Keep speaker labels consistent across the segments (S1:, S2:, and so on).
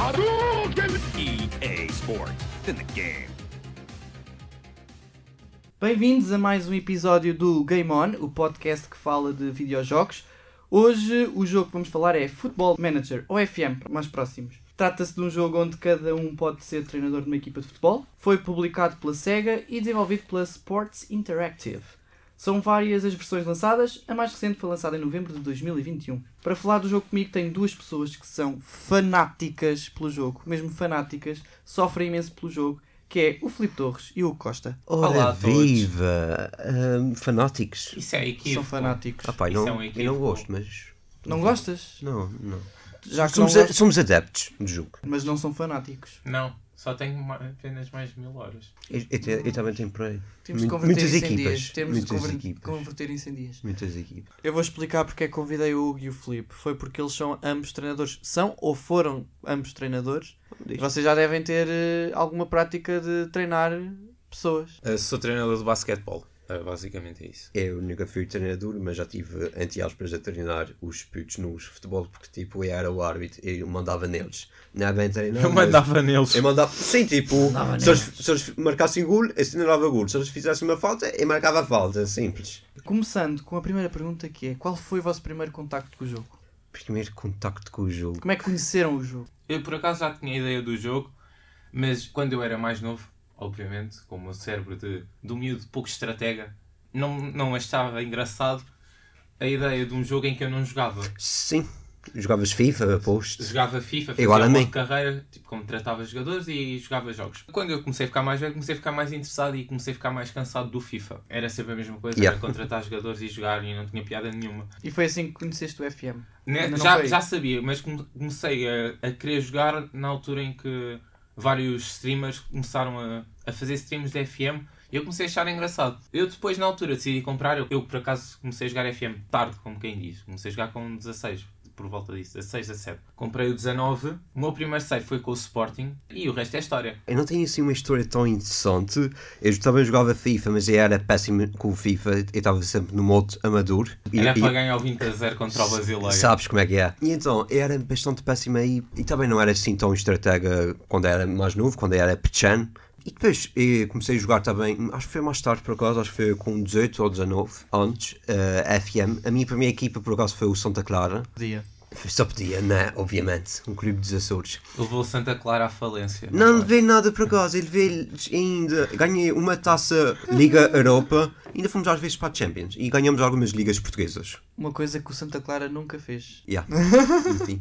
S1: Hadouken! EA E Sports, in the game.
S2: Bem-vindos a mais um episódio do Game On, o podcast que fala de videojogos. Hoje o jogo que vamos falar é Football Manager, ou FM, para mais próximos. Trata-se de um jogo onde cada um pode ser treinador de uma equipa de futebol. Foi publicado pela SEGA e desenvolvido pela Sports Interactive. São várias as versões lançadas, a mais recente foi lançada em novembro de 2021. Para falar do jogo comigo, tenho duas pessoas que são fanáticas pelo jogo, mesmo fanáticas, sofrem imenso pelo jogo, que é o Filipe Torres e o Costa.
S3: Ora
S4: Olá a todos.
S3: viva! Ahm, fanáticos.
S4: Isso é equívoco.
S2: São fanáticos.
S3: Ah, pá,
S4: Isso
S3: não,
S4: é um equívoco.
S3: eu não gosto, mas.
S2: Não gostas?
S3: Não, não.
S2: Já que
S3: Somos,
S2: não
S3: a-
S2: gostas,
S3: somos adeptos do jogo.
S2: mas não são fanáticos.
S4: Não, só tenho ma- apenas mais mil horas.
S3: Eu, eu te- eu também tenho por aí.
S2: Temos de
S3: Mu-
S2: converter
S3: muitas
S2: isso em dias.
S3: equipas.
S2: Temos de
S3: muitas
S2: conver-
S3: equipas.
S2: converter isso em dias.
S3: Muitas equipas.
S5: Eu vou explicar porque é que convidei o Hugo e o Filipe. Foi porque eles são ambos treinadores. São ou foram ambos treinadores. Vocês já devem ter eh, alguma prática de treinar pessoas.
S6: Uh, sou treinador de basquetebol. Uh, basicamente é isso.
S3: Eu nunca fui treinador, mas já tive anti-aspas a treinar os putos nos futebol, porque tipo, eu era o árbitro e eu mandava neles. Não é bem treinar.
S6: Eu
S3: mas-
S6: mandava neles.
S3: Eu mandava. Sim, tipo, se eles, se eles marcassem gol, eu assinalava gol. Se eles fizessem uma falta, eu marcava falta. Simples.
S2: Começando com a primeira pergunta que é qual foi o vosso primeiro contacto com o jogo?
S3: Primeiro contacto com o jogo.
S2: Como é que conheceram o jogo?
S4: Eu por acaso já tinha ideia do jogo, mas quando eu era mais novo, obviamente, com o meu cérebro de, de um miúdo pouco estratega, não, não achava engraçado a ideia de um jogo em que eu não jogava.
S3: Sim. Jogavas FIFA, aposto.
S4: Jogava FIFA, fazia
S3: Igual a
S4: um modo
S3: mim.
S4: de carreira, tipo, como tratava jogadores e jogava jogos. Quando eu comecei a ficar mais velho, comecei a ficar mais interessado e comecei a ficar mais cansado do FIFA. Era sempre a mesma coisa,
S3: Yeah.
S4: era contratar jogadores e jogar e não tinha piada nenhuma.
S2: E foi assim que conheceste o FM.
S4: Né,
S2: Ainda não
S4: já,
S2: foi.
S4: já sabia, mas come- comecei a, a querer jogar na altura em que vários streamers começaram a, a fazer streams de FM e eu comecei a achar engraçado. Eu depois, na altura, decidi comprar. Eu, eu, por acaso, comecei a jogar FM tarde, como quem diz. Comecei a jogar com 16, por volta disso, 16, 17. Comprei o 19. O meu primeiro save foi com o Sporting e o resto é história.
S3: Eu não tenho assim uma história tão interessante. Eu também jogava FIFA, mas eu era péssimo com o FIFA. Eu estava sempre no modo amador. E-
S4: Era
S3: e-
S4: para ganhar o 20 a 0 contra o Basileia.
S3: Sabes como é que é? E então, eu era bastante péssimo aí e também não era assim tão estratega quando era mais novo, quando era pequeno. E depois eu comecei a jogar também, acho que foi mais tarde por acaso, acho que foi com 18 ou 19 anos, eh, FM. A minha primeira equipa por acaso foi o Santa Clara.
S2: Dia.
S3: Só podia, né? Obviamente, um clube dos Açores.
S4: Levou o Santa Clara à falência.
S3: Não levei nada para casa, eu levei-lhes ainda. Ganhei uma taça Liga Europa, ainda fomos às vezes para a Champions e ganhamos algumas ligas portuguesas.
S5: Uma coisa que o Santa Clara nunca fez.
S3: Yeah. Enfim.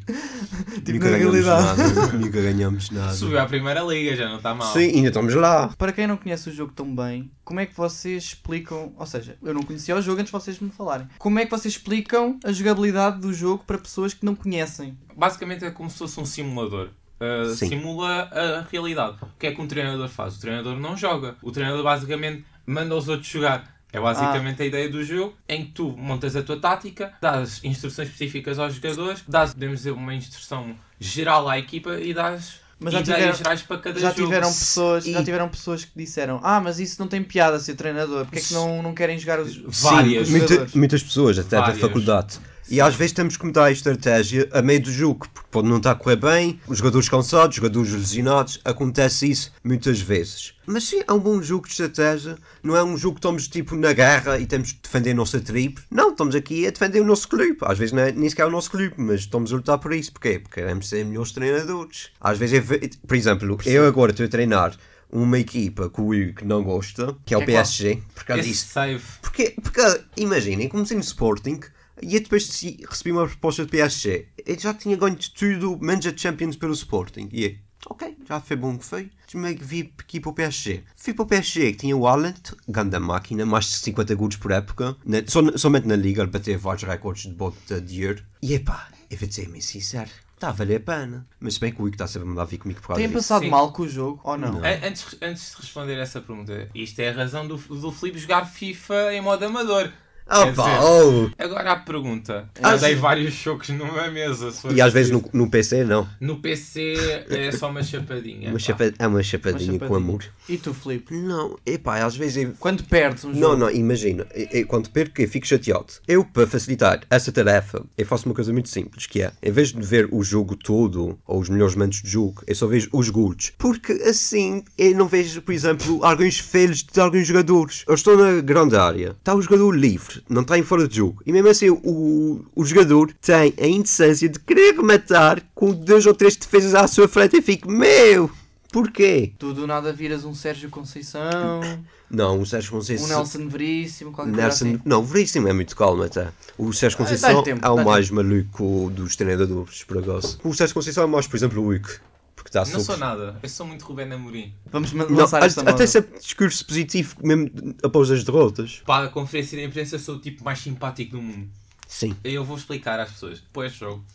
S5: Tipo na realidade.
S3: nada. Nunca ganhamos nada.
S4: Subiu à primeira liga, já não está mal.
S3: Sim, ainda estamos lá.
S2: Para quem não conhece o jogo tão bem, como é que vocês explicam, ou seja, eu não conhecia o jogo antes de vocês me falarem. Como é que vocês explicam a jogabilidade do jogo para pessoas que não conhecem?
S4: basicamente é como se fosse um simulador. Uh,
S3: Sim.
S4: simula a realidade. O que é que um treinador faz? O treinador não joga. O treinador basicamente manda os outros jogar. É basicamente a ideia do jogo em que tu montas a tua tática, dás instruções específicas aos jogadores, dás, podemos dizer, uma instrução geral à equipa e dás
S2: Mas já
S4: ideias
S2: tiveram-
S4: gerais para cada
S2: Já
S4: jogo.
S2: tiveram pessoas, já
S3: E-
S2: tiveram pessoas que disseram: "Ah, mas isso não tem piada ser treinador, porque é que não, não querem jogar os
S4: Várias.
S3: Sim, muita-
S2: jogadores.
S3: muitas pessoas, até
S4: Várias.
S3: da faculdade. E às vezes temos que mudar a estratégia a meio do jogo, porque pode não estar a correr bem, os jogadores cansados, os jogadores lesionados, acontece isso muitas vezes. Mas sim, é um bom jogo de estratégia, não é um jogo que estamos tipo na guerra e temos que defender a nossa tribo. Não, estamos aqui a defender o nosso clube. Às vezes não é, nem sequer é o nosso clube, mas estamos a lutar por isso. Porquê? Porque queremos ser melhores treinadores. Às vezes, é ve- por exemplo, eu agora estou a treinar uma equipa que o Hugo não gosta, que é o
S2: Que é qual?
S3: PSG, por causa
S4: Esse
S3: disso.
S4: save.
S3: Porque, porque ah, imaginem, comecei no Sporting e eu depois deci- recebi uma proposta de PSG. Eu já tinha ganho de tudo, menos a Champions pelo Sporting. E eu, ok, já foi bom que foi. Mas vi aqui para o PSG. Fui para o PSG, que tinha o Haaland, grande máquina, mais de 50 gols por época. Na- só- somente na Liga, ele bateu vários recordes de bota de ouro. E epá, eu vou dizer-me sincero, está a valer a pena. Mas se bem que o Ico está sempre a mandar vir comigo por causa
S2: Têm
S3: disso.
S2: passado
S4: Sim.
S2: mal com o jogo ou não?
S4: A- Antes, é antes de responder essa pergunta, isto é a razão do, do Filipe jogar FIFA em modo amador.
S3: Ah,
S4: Quer
S3: pá,
S4: dizer-
S3: oh.
S4: Agora a pergunta.
S3: Ah,
S4: eu dei
S3: sim.
S4: vários chocos numa mesa. se for
S3: oh! E às vezes no,
S4: preciso.
S3: no PC não.
S4: No PC é só uma chapadinha.
S3: Uma
S4: pá.
S3: chapa- é uma chapadinha,
S2: Uma chapadinha.
S3: com amor.
S2: E tu, Filipe?
S3: Não, epá, às vezes eu-
S2: Quando perdes um
S3: Não,
S2: jogo,
S3: não, imagina, eu- eu quando perco eu fico chateado. Eu, para facilitar essa tarefa, eu faço uma coisa muito simples, que é, em vez de ver o jogo todo, ou os melhores momentos do jogo, eu só vejo os gols. Porque assim, eu não vejo, por exemplo, alguns falhos de alguns jogadores. Eu estou na grande área, está o jogador livre, não está em fora de jogo. E mesmo assim, o, o jogador tem a indecência de querer rematar com dois ou três defesas à sua frente e fico, meu, porquê?
S2: tu do nada viras um Sérgio Conceição,
S3: Não, o Sérgio Conceição...
S2: um Nelson Veríssimo, qualquer
S3: Nelson,
S2: coisa assim.
S3: não, Veríssimo é muito calmo até. O Sérgio
S2: Ah, dá-lhe
S3: Conceição
S2: tempo,
S3: é o
S2: dá-lhe
S3: mais maluco dos treinadores, por acaso. O Sérgio Conceição é mais, por exemplo, o Hulk, porque está
S4: Não
S3: super...
S4: sou nada. Eu sou muito Rubén Amorim.
S2: Vamos ma-
S3: Não,
S2: lançar esta
S3: até- até
S2: moda.
S3: sempre discurso positivo, mesmo após as derrotas.
S4: Para a conferência de imprensa eu sou o tipo mais simpático do mundo.
S3: Sim.
S4: Eu vou explicar às pessoas. Depois do jogo,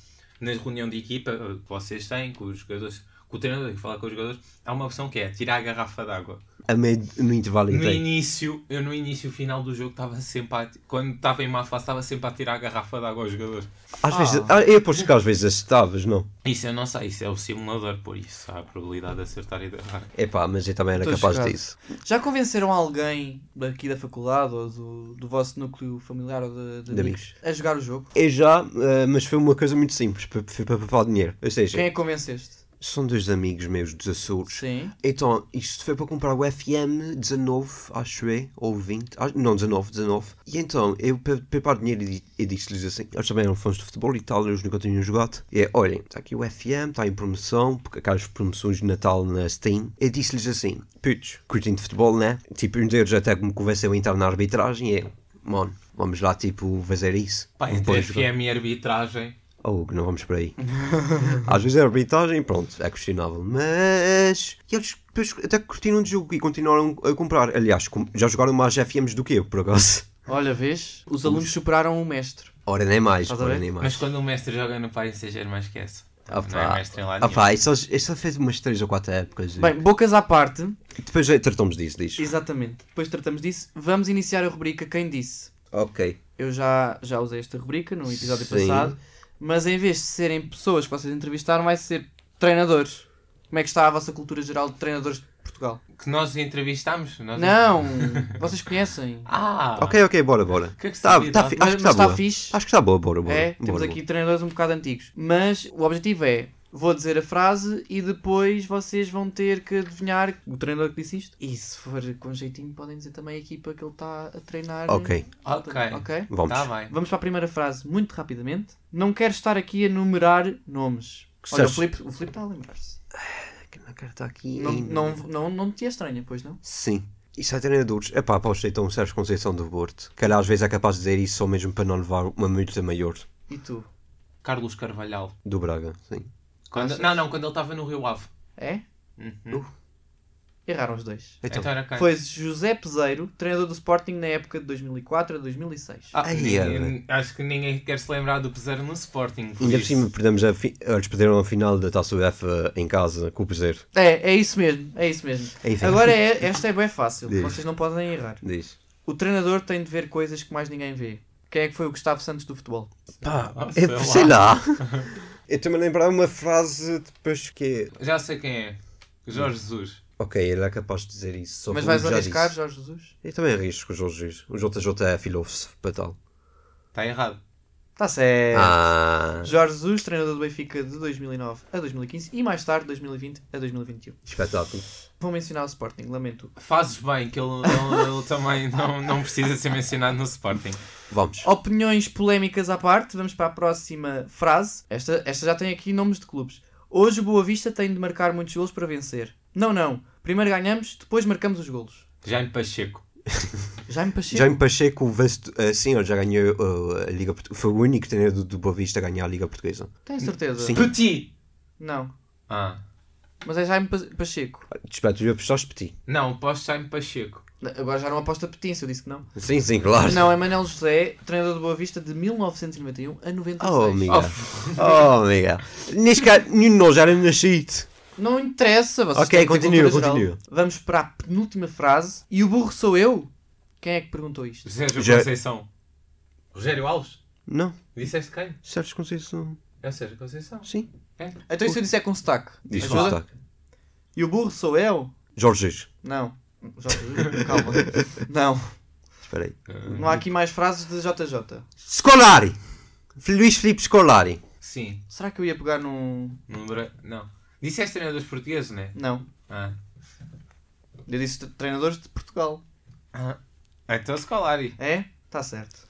S4: na reunião de equipa eh, que vocês têm, com os jogadores, com o treinador que fala com os jogadores, há uma opção que é tirar a garrafa d'água.
S3: A meio, no intervalo
S4: No
S3: inteiro.
S4: início, eu no início e final do jogo estava sempre a, quando estava em má fase, estava sempre a tirar a garrafa d'água aos jogadores.
S3: Às vezes, ah, eu aposto que às vezes acertavas, não?
S4: Isso eu não sei, isso é o simulador, por isso há a probabilidade de acertar e de errar.
S3: Epá, mas eu também era
S2: Estou
S3: capaz
S2: chocado.
S3: disso.
S2: Já convenceram alguém daqui da faculdade ou do, do vosso núcleo familiar ou de, de
S3: De
S2: amigos a jogar o jogo?
S3: Eu já, ah, mas foi uma coisa muito simples, para- foi para poupar dinheiro. Ou seja,
S2: Quem é que convenceste?
S3: são dois amigos meus dos Açores.
S2: Sim.
S3: Então, isto foi para comprar o FM 19, acho eu, ou 20, ah, não, 19, 19. E então, eu pe- preparo dinheiro e, di- e disse-lhes assim: eles também eram fãs de futebol e tal, eles nunca tinham jogado. E é, olhem, está aqui o FM, está em promoção, porque aquelas promoções de Natal na Steam. Eu disse-lhes assim: putos, curtindo futebol, né? Tipo, um deles até me convenceu a entrar na arbitragem e eu, mano, vamos lá, tipo, fazer isso.
S4: Pá,
S3: Vamos
S4: entre
S3: pôr jogar."
S4: FM e arbitragem,
S3: Oh, que não vamos para aí. Às vezes a arbitragem, pronto, é questionável. Mas. E eles depois até curtiram de jogo e continuaram a comprar. Aliás, com- já jogaram mais FMs do que eu, por acaso.
S2: Olha, vês? Os alunos superaram o mestre.
S3: Ora nem mais,
S2: Estás a
S3: ora
S2: ver?
S3: nem
S4: mas
S3: mais.
S4: quando o mestre joga no Paris Saint-Germain, esquece.
S3: Ah,
S4: Não é
S3: pá.
S4: mestre em lado
S3: Ah,
S4: nenhum.
S3: pá, isso só, isso só fez umas 3 ou 4 épocas.
S2: Bem, bocas à parte,
S3: Depois já tratamos disso, diz.
S2: exatamente. Depois tratamos disso. Vamos iniciar a rubrica Quem Disse.
S3: Ok.
S2: Eu já, já usei esta rubrica no episódio
S3: Sim.
S2: passado, mas em vez de serem pessoas que vocês entrevistaram, vai ser treinadores. Como é que está a vossa cultura geral de treinadores de Portugal?
S4: Que nós entrevistámos? Nós
S2: Não! vocês conhecem?
S4: Ah!
S3: Ok, ok, bora, bora.
S2: é
S4: Que
S3: Tá,
S4: agressividade.
S3: tá fi-
S2: Mas-
S3: acho que
S2: mas
S3: está
S2: está
S3: boa.
S2: fixe.
S3: Acho que está boa, bora, bora.
S2: é,
S3: bora,
S2: temos
S3: bora.
S2: aqui treinadores um bocado antigos. Mas o objetivo é: vou dizer a frase e depois vocês vão ter que adivinhar o treinador que disse isto. E se for com jeitinho, podem dizer também a equipa que ele está a treinar.
S3: Ok,
S4: Ok.
S2: Ok?
S3: vamos.
S4: Tá bem.
S2: Vamos para a primeira frase, muito rapidamente. Não quero estar aqui a numerar nomes. Olha, o
S3: Sérgio.
S2: Filipe, o Filipe está a lembrar-se.
S3: é Que na cara está aqui.
S2: Não,
S3: ainda.
S2: não, não, não te é estranha, pois não?
S3: Sim. Isso é treinadores. Epá, aposto então o Sérgio Conceição do Porto. Calhar às vezes é capaz de dizer isso só mesmo para não levar uma multa maior
S2: E tu?
S4: Carlos Carvalhal.
S3: do Braga. Sim.
S4: Quando... Não, não, quando ele estava no Rio Ave.
S2: É?
S4: Uhum.
S2: Erraram os dois.
S3: Uh, Então,
S4: Então era quem?
S2: Foi José Peseiro, treinador do Sporting na época de 2004 a 2006.
S4: Ah,
S3: Ai,
S4: ninguém- acho que ninguém quer se lembrar do Pesaro no Sporting. por
S3: ainda por
S4: isso.
S3: cima perdemos a fi... eles perderam a final da Taça UEFA em casa com o Peseiro.
S2: É, é isso mesmo, é isso mesmo.
S3: Enfim.
S2: Agora é, esta é bem fácil,
S3: Diz.
S2: vocês não podem errar.
S3: Diz.
S2: O treinador tem de ver coisas que mais ninguém vê. Quem é que foi o Gustavo Santos do futebol?
S3: Pá,
S4: Ah,
S3: eu-
S4: sei
S3: É, sei lá. eu também lembrar uma frase depois que é.
S4: Já sei quem é. Jorge Jesus.
S3: Ok, ele é capaz de dizer isso. Só
S2: Mas
S3: que
S2: vais
S3: eu já
S2: arriscar,
S3: disse.
S2: Jorge Jesus?
S3: Eu também arrisco os outros. O JJ é filósofo para tal.
S4: Está Tá errado.
S2: Está Tá certo.
S3: Ah,
S2: Jorge Jesus, treinador do Benfica de 2009 a 2015 e mais tarde 2020 a 2021.
S3: espetáculo.
S2: Vou mencionar o Sporting, lamento.
S4: Fazes bem que ele, ele- ele também não, não precisa ser mencionado no Sporting.
S2: Oh,
S3: Vamos.
S2: Opiniões polémicas à parte, vamos para a próxima frase. Esta, esta já tem aqui nomes de clubes. Hoje o Boa Vista tem de marcar muitos golos para vencer. Não, não. Primeiro ganhamos, depois marcamos os golos.
S4: Jaime Pacheco.
S2: Jaime Pacheco.
S3: Jaime Pacheco vence, eh, sim, ele já ganhou eh, a Liga Portuguesa. Foi o único treinador do Boa Vista a ganhar a Liga Portuguesa.
S2: Tenho certeza.
S3: Sim.
S4: Petit!
S2: Não.
S4: Ah.
S2: Mas é Jaime Pa- Pacheco.
S3: Espera, tu já apostaste Petit?
S4: Não, pós Jaime Pacheco.
S2: Agora já não aposta petência, eu disse que não.
S3: Sim, Ah, sim, claro.
S2: Não, é Manuel José, treinador do Boa Vista de 1991 a 96.
S3: Oh, amiga.
S4: Oh,
S3: Oh, amiga. Neste caso, nenhum de nós era nascido.
S2: Não interessa, vocês
S3: Ok,
S2: têm que ter
S3: continua,
S2: cultura geral.
S3: continua.
S2: Vamos para a penúltima frase. E o burro sou eu? Quem é que perguntou isto?
S4: José João
S3: Já-
S4: Conceição. Rogério Alves?
S3: Não.
S4: Disseste quem?
S3: Sérgio Conceição.
S4: É o Sérgio Conceição.
S3: Sim.
S2: Então e se eu disser com sotaque?
S3: Diz com
S2: Ajuda?
S3: sotaque.
S7: E o burro sou eu?
S3: Jorge Jesus.
S2: Não. J- Calma. Não.
S3: Espera aí.
S4: Ah,
S2: Não há aqui mais frases de JJ.
S3: Scolari. Luís Filipe Scolari.
S4: Sim.
S2: Será que eu ia pegar num.
S4: Número... Não. Disseste treinadores portugueses, não é?
S2: Não.
S4: Ah.
S2: Eu disse tre- treinadores de Portugal.
S4: ah. Então Scolari.
S2: É? Tá certo.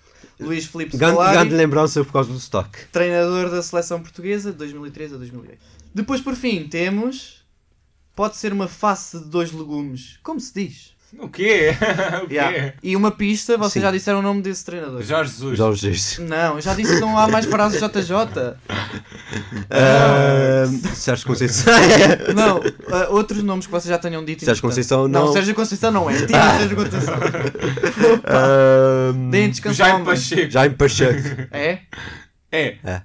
S2: Luís Filipe
S3: Grande, grande
S2: Scolari,
S3: lembrança por causa do sotaque.
S2: treinador da seleção portuguesa de 2003 a 2008. Depois, por fim, temos. Pode ser uma face de dois legumes. Como se diz?
S4: O quê? o quê?
S2: Yeah. E uma pista, vocês
S3: Sim.
S2: já disseram o nome desse treinador.
S4: Jorge Jesus.
S3: Jorge Jesus.
S2: Não, eu já disse que não há mais frases JJ.
S3: Ah, Sérgio Conceição.
S2: Não, ah, outros nomes que vocês já tenham dito.
S3: Sérgio
S2: entretanto.
S3: Conceição
S2: Não,
S3: não.
S2: Sérgio Conceição não é. Tira Sérgio Conceição.
S3: Ah,
S2: Deem descansar.
S4: Jaime
S2: homens.
S4: Pacheco.
S3: Jaime Pacheco.
S2: É?
S4: É.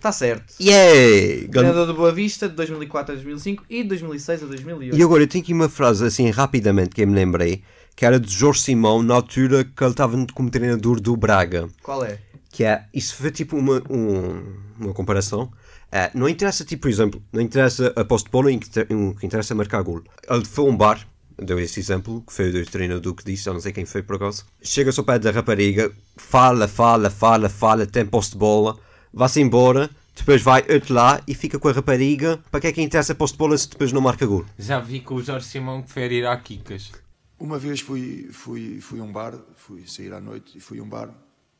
S2: Está certo.
S3: Yay! Grande-
S2: Treinador do Boa Vista de 2004 a 2005 e de 2006 a 2008.
S3: E agora eu tenho aqui uma frase assim rapidamente que eu me lembrei, que era de Jorge Simão na altura que ele estava como treinador do Braga.
S2: Qual é?
S3: que é, isso foi tipo uma, um- uma comparação. É, não interessa, tipo, por exemplo, não interessa a posse de bola, o que inter- o que interessa é marcar gol. Ele foi a um bar, deu esse exemplo, que foi o treinador que disse, eu não sei quem foi por acaso. Chega-se ao pé da rapariga, fala, fala, fala, fala, tem posse de bola, vai-se embora, depois vai outro lá e fica com a rapariga. Para que é que interessa a posse de bola se depois não marca gol?
S4: Já vi que o Jorge Simão prefere ir à Kikas.
S8: Uma vez fui, fui, fui a um bar, fui sair à noite e fui a um bar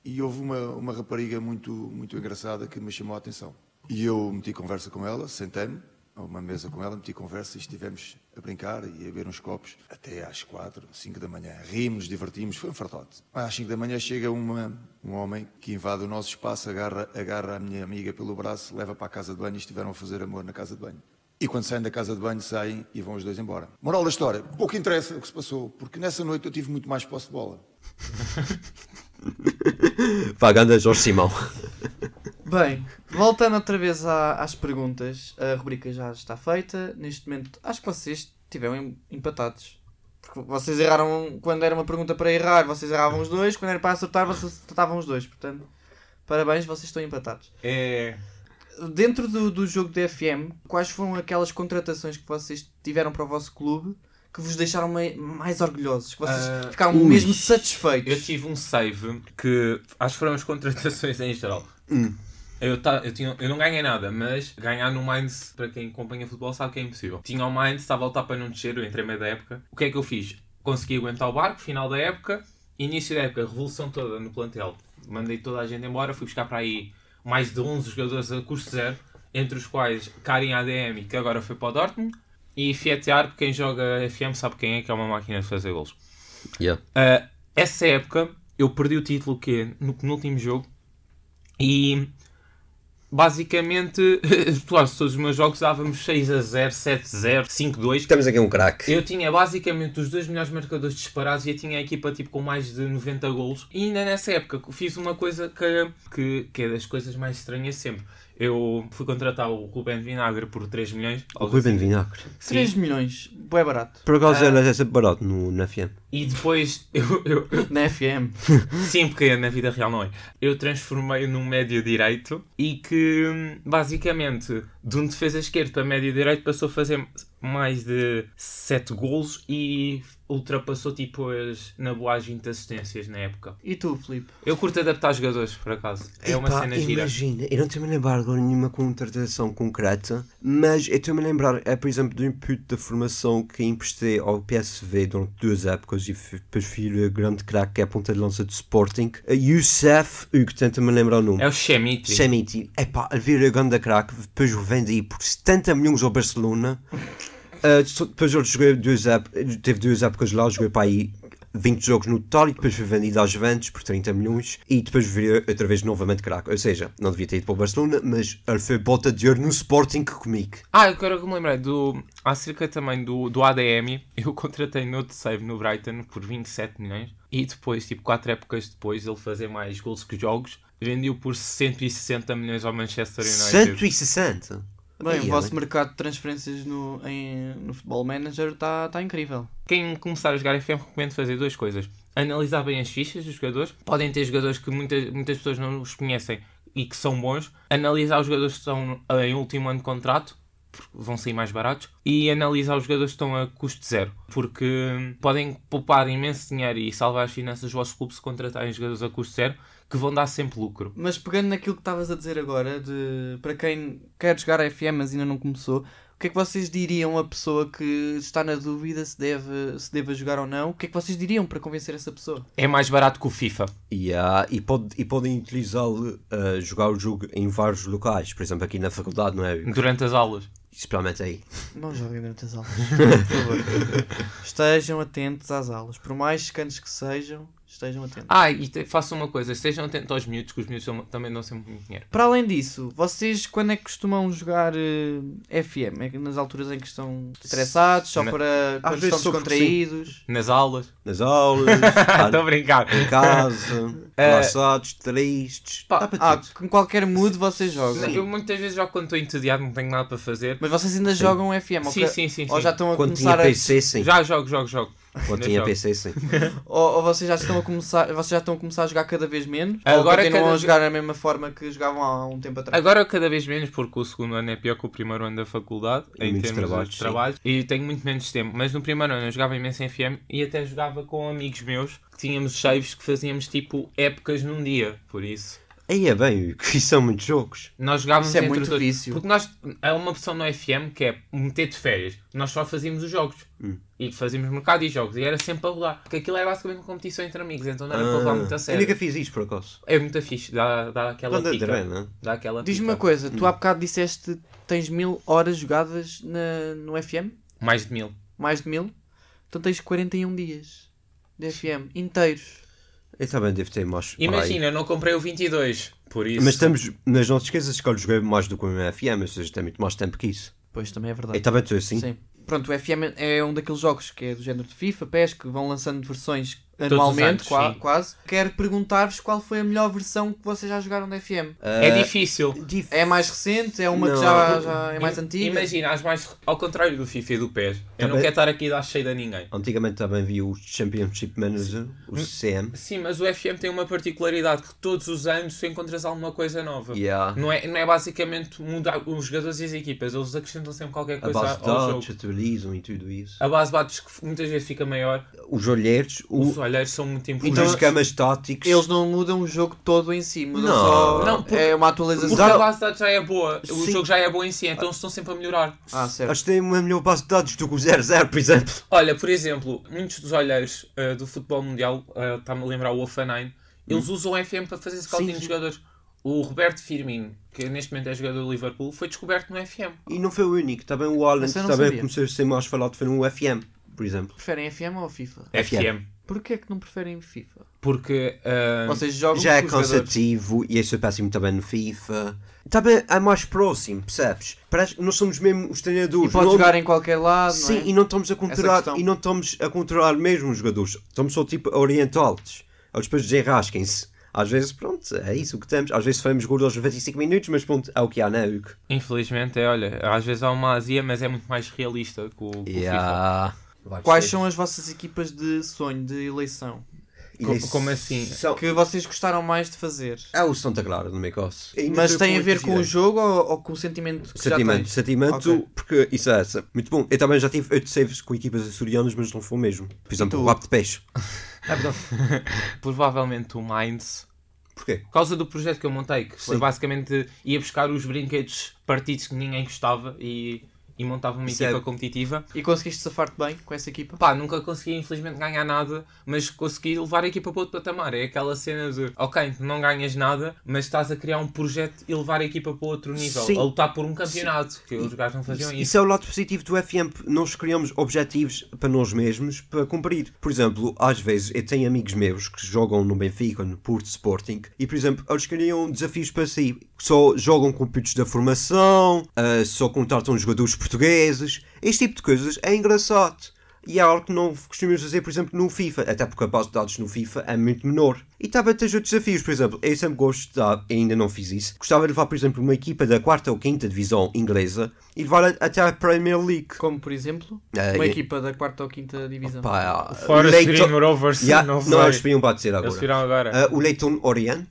S8: e houve uma, uma rapariga muito, muito engraçada que me chamou a atenção. E eu meti conversa com ela, sentei-me a uma mesa com ela, meti conversa e estivemos a brincar e a beber uns copos até às quatro, cinco da manhã. Rimos, divertimos, foi um fartote. Às cinco da manhã chega uma, um homem que invade o nosso espaço, agarra, agarra a minha amiga pelo braço, leva para a casa de banho e estiveram a fazer amor na casa de banho. E quando saem da casa de banho, saem e vão os dois embora. Moral da história, pouco interessa o que se passou, porque nessa noite eu tive muito mais posse de bola.
S3: Vaganda Jorge Simão.
S2: Bem, voltando outra vez à- às perguntas, a rubrica já está feita. Neste momento, acho que vocês estiveram em- empatados. Porque vocês erraram um, quando era uma pergunta para errar, vocês erravam os dois. Quando era para acertar, vocês acertavam os dois. Portanto, parabéns, vocês estão empatados.
S4: É.
S2: Dentro do, do jogo de FM, quais foram aquelas contratações que vocês tiveram para o vosso clube que vos deixaram mai- mais orgulhosos? Que vocês
S4: Ah,
S2: ficaram
S3: ui.
S2: mesmo satisfeitos?
S4: Eu tive um save que acho que foram as contratações em geral. Eu, ta- eu, tinha, eu não ganhei nada, mas ganhar no Mainz, para quem acompanha futebol, sabe que é impossível. Tinha o Mainz, estava a voltar para não descer, eu entrei meio da época. O que é que eu fiz? Consegui aguentar o barco, final da época, início da época, revolução toda no plantel. Mandei toda a gente embora, fui buscar para aí mais de 11 jogadores a custo zero, entre os quais Karim ADM, que agora foi para o Dortmund, e Fiat Arp, quem joga FM sabe quem é, que é uma máquina de fazer gols.
S3: Yeah.
S4: Uh, essa época eu perdi o título que é no penúltimo jogo e basicamente claro, todos os meus jogos dávamos 6 a 0, 7 a 0, 5 a 2.
S3: Temos aqui um craque.
S4: Eu tinha basicamente os dois melhores marcadores disparados e eu tinha a equipa tipo, com mais de 90 golos. E ainda nessa época fiz uma coisa que, que, que é das coisas mais estranhas sempre. Eu fui contratar o Ruben Vinagre por 3 milhões.
S3: O Ruben Vinagre.
S2: 3 milhões, bué barato.
S3: Por acaso ele é sempre barato no, na FM.
S4: E depois eu- eu,
S2: Na FM.
S4: Sim, porque na vida real não é. Eu transformei num médio direito e que hum, basicamente de um defesa esquerdo para médio direito passou a fazer mais de 7 golos e ultrapassou tipo as na boa as 20 assistências na época.
S2: E tu, Filipe?
S4: Eu curto adaptar jogadores por acaso. É uma
S3: Epá,
S4: cena gira.
S3: imagina, eu não estou-me a lembrar agora nenhuma contratação concreta, mas eu estou-me a lembrar, é, por exemplo, do input da formação que emprestei ao PSV durante duas épocas e f- depois fui o grande craque que é a ponta de lança de Sporting, a Youssef, o que tenta-me lembrar o nome.
S4: É o Chemiti.
S3: Chamiti, é pá, vir a grande craque, depois o vendi por 70 milhões ao Barcelona, Ah, só- depois eu joguei duas épocas, teve duas épocas lá, joguei para aí 20 jogos no total e depois fui vendido às Juventus por 30 milhões e depois virei outra vez novamente craque, ou seja, não devia ter ido para o Barcelona, mas ele foi bota de ouro no Sporting comigo.
S4: Ah, agora que me lembrei, do, acerca também do, do ADM, eu contratei no outro save no Brighton por 27 milhões e depois, tipo 4 épocas depois, ele fazer mais gols que jogos, vendeu por 160 milhões ao Manchester United.
S3: 160?
S2: Bem,
S3: Ai,
S2: o vosso
S3: olha.
S2: mercado de transferências no, em- no Futebol Manager está tá incrível.
S4: Quem começar a jogar FM, recomendo fazer duas coisas. analisar bem as fichas dos jogadores. Podem ter jogadores que muitas, muitas pessoas não os conhecem e que são bons. Analisar os jogadores que estão em último ano de contrato, porque vão sair mais baratos. E analisar os jogadores que estão a custo zero, porque podem poupar imenso dinheiro e salvar as finanças dos vossos clubes se contratarem jogadores a custo zero, que vão dar sempre lucro.
S2: Mas pegando naquilo que estavas a dizer agora, de para quem quer jogar a FM mas ainda não começou, o que é que vocês diriam a pessoa que está na dúvida se deve, se deve jogar ou não? O que é que vocês diriam para convencer essa pessoa?
S4: É mais barato que o FIFA.
S3: Yeah, e, pode, e podem utilizá-lo, uh, jogar o jogo em vários locais, por exemplo, aqui na faculdade, não é?
S4: Durante as aulas.
S3: Especialmente aí.
S2: Não joguem durante as aulas, por favor. Estejam atentos às aulas, por mais secantes que sejam, estejam atentos.
S4: Ah, e te, façam uma coisa, estejam atentos aos miúdos, que os miúdos são- também dão sempre muito dinheiro.
S2: Para além disso, vocês quando é que costumam jogar eh, FM? É que nas alturas em que estão estressados, só
S4: Na-
S2: para quando
S3: vezes
S2: estão
S3: sou por
S2: descontraídos?
S4: Nas aulas.
S3: Nas aulas, à-
S4: Estou a brincar.
S3: em casa, relaxados, tristes.
S4: É. Pá,
S3: Dá para
S2: Ah,
S3: tudo.
S2: com qualquer mood vocês jogam.
S4: Eu muitas vezes jogo quando estou entediado, não tenho nada para fazer.
S2: Mas vocês ainda jogam
S3: é
S2: FM,
S4: Sim,
S2: ok?
S4: sim, sim,
S2: Ou
S4: sim.
S2: já estão a
S3: Quando tinha
S2: começar a...
S3: PC, sim.
S4: Já jogo, jogo, jogo.
S3: Quando
S4: Ainda
S3: tinha
S4: jogo.
S3: PC, sim.
S2: Ou, ou vocês já estão a começar, vocês já estão a começar a jogar cada vez menos?
S4: Agora
S2: Agora ou continuam
S4: cada
S2: a
S4: vez-
S2: jogar da mesma forma que jogavam há um tempo atrás?
S4: Agora cada vez menos, porque o segundo ano é pior que o primeiro ano da faculdade,
S3: E
S4: em
S3: muitos
S4: termos
S3: trabalhos,
S4: de
S3: sim.
S4: trabalho, e tenho muito menos tempo. Mas no primeiro ano eu jogava imenso em FM e até jogava com amigos meus, que tínhamos saves que fazíamos tipo épocas num dia, por isso.
S3: Aí é bem, que isso são muitos jogos.
S4: Nós jogávamos
S2: Isso é
S4: entre
S2: muito
S4: os dois.
S2: vício.
S4: Porque nós, há uma opção no FM que é meter de férias. Nós só fazíamos os jogos.
S2: Hum.
S4: E fazíamos mercado e jogos. E era sempre a rolar. Porque aquilo era basicamente uma competição entre amigos. Então não era para
S2: Ah.
S4: levar muito
S3: Ah,
S4: a
S3: eu
S4: sério.
S3: nunca fiz isto, por acaso.
S4: É muito fixe. Dá, dá aquela
S3: Quando
S4: pica.
S3: adorei, não é?
S4: Dá aquela
S2: Diz-me
S4: pica.
S2: uma coisa,
S3: Hum.
S2: tu há bocado disseste que tens mil horas jogadas na, no FM?
S4: Mais de mil.
S2: Mais de mil? Então tens 41 dias de FM inteiros.
S3: Eu também devo ter mais. para aí.
S4: Imagina, eu não comprei o 22. Por isso.
S3: Mas estamos, mas não te esqueças que eu joguei mais do que um FM, ou seja, tem muito mais tempo que isso.
S2: Pois também é verdade.
S3: Eu também estou assim.
S2: Sim. Pronto, o FM é um daqueles jogos que é do género de FIFA, PES, que vão lançando versões
S4: os
S2: anualmente,
S4: anos,
S2: qua-
S4: sim.
S2: quase. Quero perguntar-vos qual foi a melhor versão que vocês já jogaram da FM.
S4: É difícil.
S2: É mais recente? É uma que
S3: Não.
S2: já, já Ah. é mais
S4: Im-
S2: antiga?
S4: Imagina, as mais, ao contrário do FIFA e do PES. Eu não
S3: Também-
S4: quero estar aqui a dar cheio a ninguém.
S3: Antigamente também vi o Championship Manager, o
S4: Hum.
S3: CM.
S4: Sim, mas o FM tem uma particularidade que todos os anos tu encontras alguma coisa nova.
S3: Yeah.
S4: Não é, não é basicamente mudar os jogadores e as equipas, eles acrescentam sempre qualquer
S3: A
S4: coisa
S3: base de
S4: ao
S3: dados,
S4: jogo.
S3: atualizam e tudo isso.
S4: A base de dados que muitas vezes fica maior,
S3: Os olheiros, o,
S4: os olheiros são muito
S3: então, os
S4: importantes.
S3: esquemas táticos.
S2: Eles não mudam o jogo todo em si, mudam
S3: Não.
S2: só.
S4: Não, porque-
S2: É uma atualização.
S4: Porque a base de dados já é boa, o
S3: Sim.
S4: jogo já é bom em si, então eles estão sempre a melhorar.
S2: Ah, certo.
S3: Acho que têm uma melhor base de dados do que o 00, por exemplo.
S4: Olha, por exemplo, muitos dos olheiros eh, do futebol mundial, eh, está-me a lembrar o Ofa 9, eles
S3: Hum.
S4: usam o FM para fazer scouting de jogadores. O Roberto Firmino, que neste momento é jogador do Liverpool, foi descoberto no FM.
S3: E não foi o único. Também o Haaland
S2: Mas eu não
S3: também
S2: sabia.
S3: começou a ser mais falado foi no FM, por exemplo.
S2: Preferem FM ou FIFA?
S3: FM.
S2: Porquê que não preferem FIFA?
S4: Porque eh,
S2: Vocês jogam
S3: Já é
S2: com os jogadores.
S3: cansativo e é super péssimo também no FIFA. Também é mais próximo, percebes? Parece que nós somos mesmo os treinadores.
S2: E pode
S3: não-
S2: jogar em qualquer lado,
S3: Sim,
S2: não é?
S3: e não estamos a controlar,
S2: questão.
S3: e não estamos a controlar mesmo os jogadores. Estamos só tipo a orientá-los. Eles depois desenrasquem-se. Às vezes, pronto, é isso o que temos. Às vezes fomos gol aos 95 minutos, mas pronto, é o que há, não é, Hugo?
S4: Infelizmente, é, olha, às vezes há uma azia, mas é muito mais realista que o, que o FIFA.
S3: Yeah. Vai
S2: Quais
S3: ser.
S2: são as vossas equipas de sonho, de eleição?
S4: Co- como assim?
S3: São-
S2: Que vocês gostaram mais de fazer?
S3: É o Santa Clara no meu caso.
S2: Mas tem a ver com o jogo ou, ou com o sentimento que já
S3: Sentimento,
S2: tens?
S3: sentimento,
S2: Ok.
S3: porque isso é essa. Muito bom. Eu também já tive 8 saves com equipas açorianas, mas não foi o mesmo. Por exemplo, o Rap de Peixe.
S4: Provavelmente o Minds.
S3: Porquê?
S4: Por causa do projeto que eu montei, que foi
S3: Sim.
S4: basicamente ia buscar os brinquedos partidos que ninguém gostava e, e montava uma
S3: Isso
S4: equipa
S3: é-
S4: competitiva.
S2: E conseguiste safar-te bem com essa equipa?
S4: Pá, nunca consegui infelizmente ganhar nada, mas consegui levar a equipa para outro patamar. É aquela cena de, ok, tu não ganhas nada, mas estás a criar um projeto e levar a equipa para outro nível.
S3: Sim.
S4: A lutar por um campeonato, que os gajos não faziam isso.
S3: Isso é o lado positivo do FM. Nós criamos objetivos para nós mesmos para cumprir. Por exemplo, às vezes eu tenho amigos meus que jogam no Benfica, no Porto Sporting, e por exemplo, eles criam desafios para si. Só jogam com putos da formação, ah, só contratam jogadores portugueses. Este tipo de coisas é engraçado. E é algo que não costumamos fazer, por exemplo, no FIFA, até porque a base de dados no FIFA é muito menor. E também tens outros desafios, por exemplo, eu sempre gosto de estudar, e ainda não fiz isso, gostava de levar, por exemplo, uma equipa da quarta ou quinta divisão inglesa e levar a- até a Premier League.
S2: Como, por exemplo,
S3: É,
S2: uma
S3: e- ah.
S2: equipa da quarta ou quinta divisão.
S3: Pá,
S6: Forest
S3: Leighton-
S6: Green Rovers,
S3: é Yeah,
S6: não sei.
S3: eles viriam bater
S6: Eles
S3: um agora.
S6: viram agora.
S3: Ah, o Leighton Orient,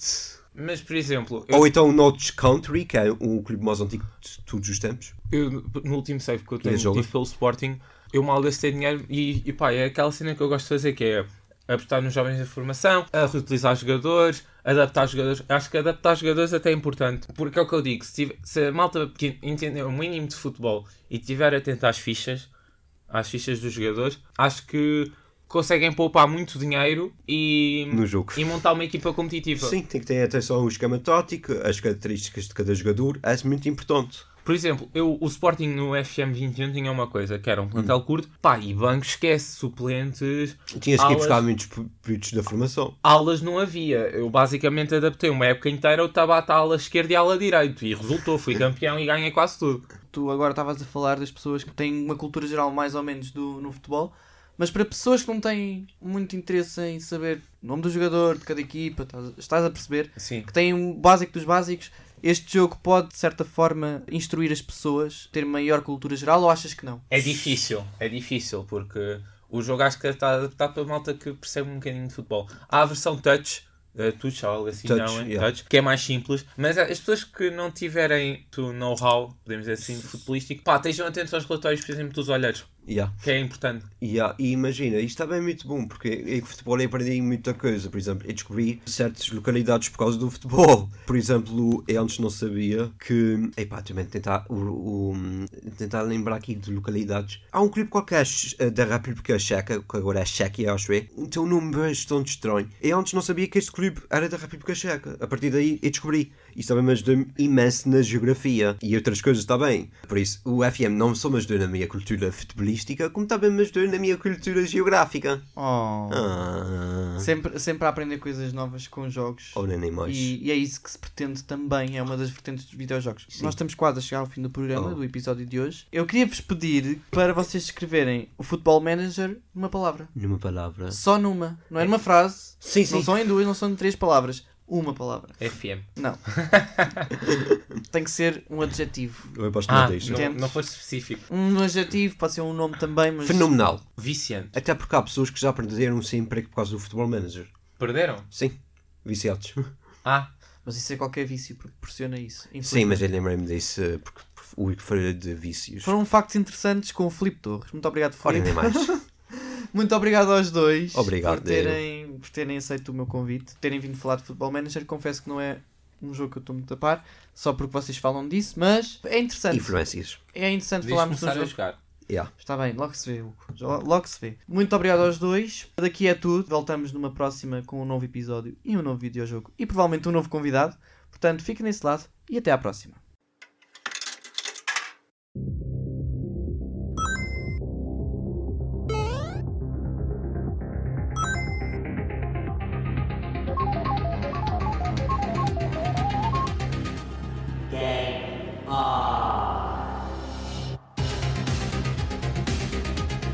S6: Mas, por exemplo, eu,
S3: ou então o Notts Country, que é o clube mais antigo de todos os tempos.
S4: Eu, no último save que eu
S3: Queria
S4: tenho
S3: jogo?
S4: tive pelo Sporting, eu mal gastei dinheiro e, e pá, é aquela cena que eu gosto de fazer que é apostar nos jovens da formação, a reutilizar jogadores, adaptar jogadores. Acho que adaptar jogadores até é importante, porque é o que eu digo, se, tive- se a malta que entender o mínimo de futebol e tiver atento às fichas, às fichas dos jogadores, acho que conseguem poupar muito dinheiro e,
S3: No jogo.
S4: e montar uma equipa competitiva.
S3: Sim, tem que ter atenção ao esquema tático, as características de cada jogador, é muito importante.
S4: Por exemplo, eu, o Sporting no FM21 tinha uma coisa, que era um plantel
S3: Hum.
S4: curto, pá, e banco esquece, suplentes,
S3: Tinhas que ir
S4: Aulas.
S3: buscar muitos pu- putos da formação.
S4: aulas não havia. Eu basicamente adaptei uma época inteira, eu estava à ala esquerda e à ala direito, e resultou, fui campeão e ganhei quase tudo.
S2: Tu agora estavas a falar das pessoas que têm uma cultura geral mais ou menos do, no futebol, mas para pessoas que não têm muito interesse em saber o nome do jogador, de cada equipa, estás- estás a perceber?
S6: sim.
S2: que tem um básico dos básicos. Este jogo pode, de certa forma, instruir as pessoas, ter maior cultura geral, ou achas que não?
S4: É difícil, é difícil, porque o jogo acho que está adaptado para malta que percebe um bocadinho de futebol. Há a versão touch, eh, touch ou algo assim,
S3: Touch,
S4: não, é?
S3: yeah.
S4: touch, que é mais simples, mas as pessoas que não tiverem o know-how, podemos dizer assim, futebolístico, pá, estejam atentos aos relatórios, por exemplo, dos olheiros,
S3: Yeah.
S4: que é importante.
S3: Yeah. E imagina, isto também é muito bom, porque eu com futebol eu aprendi muita coisa. Por exemplo, eu descobri certas localidades por causa do futebol. Por exemplo, eu antes não sabia que. Epá, também tentar, o, o- tentar lembrar aqui de localidades. Há um clube qualquer eh, da República Checa, que agora é Chequia, acho eu. Então o nome é tão estranho. Eu antes não sabia que este clube era da República Checa. A partir daí eu descobri. Isso também me ajudou imenso na geografia e outras coisas também. Por isso, o FM não só me ajudou na minha cultura futebolística, como também me ajudou na minha cultura geográfica.
S2: Oh.
S3: Ah,
S2: Sempre, sempre a aprender coisas novas com jogos.
S3: ora nem mais.
S2: E, e é isso que se pretende também, é uma das vertentes dos videojogos. Nós estamos quase a chegar ao fim do programa,
S3: Oh.
S2: do episódio de hoje. Eu queria-vos pedir para vocês escreverem o Football Manager numa palavra.
S3: Numa palavra.
S2: Só numa. Não é numa frase.
S3: Sim,
S2: Não são em duas, não são em três palavras. Uma palavra.
S4: FM.
S2: Não. Tem que ser um adjetivo.
S3: Eu aposto que não
S4: Ah,
S3: deixa.
S4: não,
S2: Entendo.
S4: não foi específico.
S2: Um adjetivo, pode ser um nome também, mas.
S3: Fenomenal.
S4: Viciante.
S3: Até porque há pessoas que já perderam o seu emprego por causa do futebol manager.
S4: Perderam?
S3: Sim. Viciados.
S4: Ah,
S2: Mas isso é qualquer vício, porque proporciona isso.
S3: Sim,
S2: infelizmente.
S3: mas eu lembrei-me disso eh, porque o Wick foi de vícios.
S2: Foram factos interessantes com o Filipe Torres. Muito obrigado,
S3: Ora
S2: Filipe.
S3: nem mais.
S2: Muito obrigado aos dois
S3: Obrigado,
S2: por, terem, por terem aceito o meu convite, por terem vindo falar de Futebol Manager. Confesso que não é um jogo que eu estou muito a par, só porque vocês falam disso, mas é interessante.
S3: Influências.
S2: É interessante
S4: devias
S2: falarmos de um
S4: começar a
S2: jogo.
S4: jogar.
S3: Yeah.
S2: Está bem, logo se vê, Hugo. Já- Logo se vê. Muito obrigado aos dois. Daqui é tudo. Voltamos numa próxima com um novo episódio e um novo videojogo e provavelmente um novo convidado. Portanto, fiquem nesse lado e até à próxima.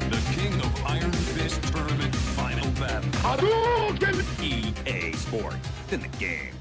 S1: The King of Iron Fist Tournament Final Battle. EA Sports. E It's in the game.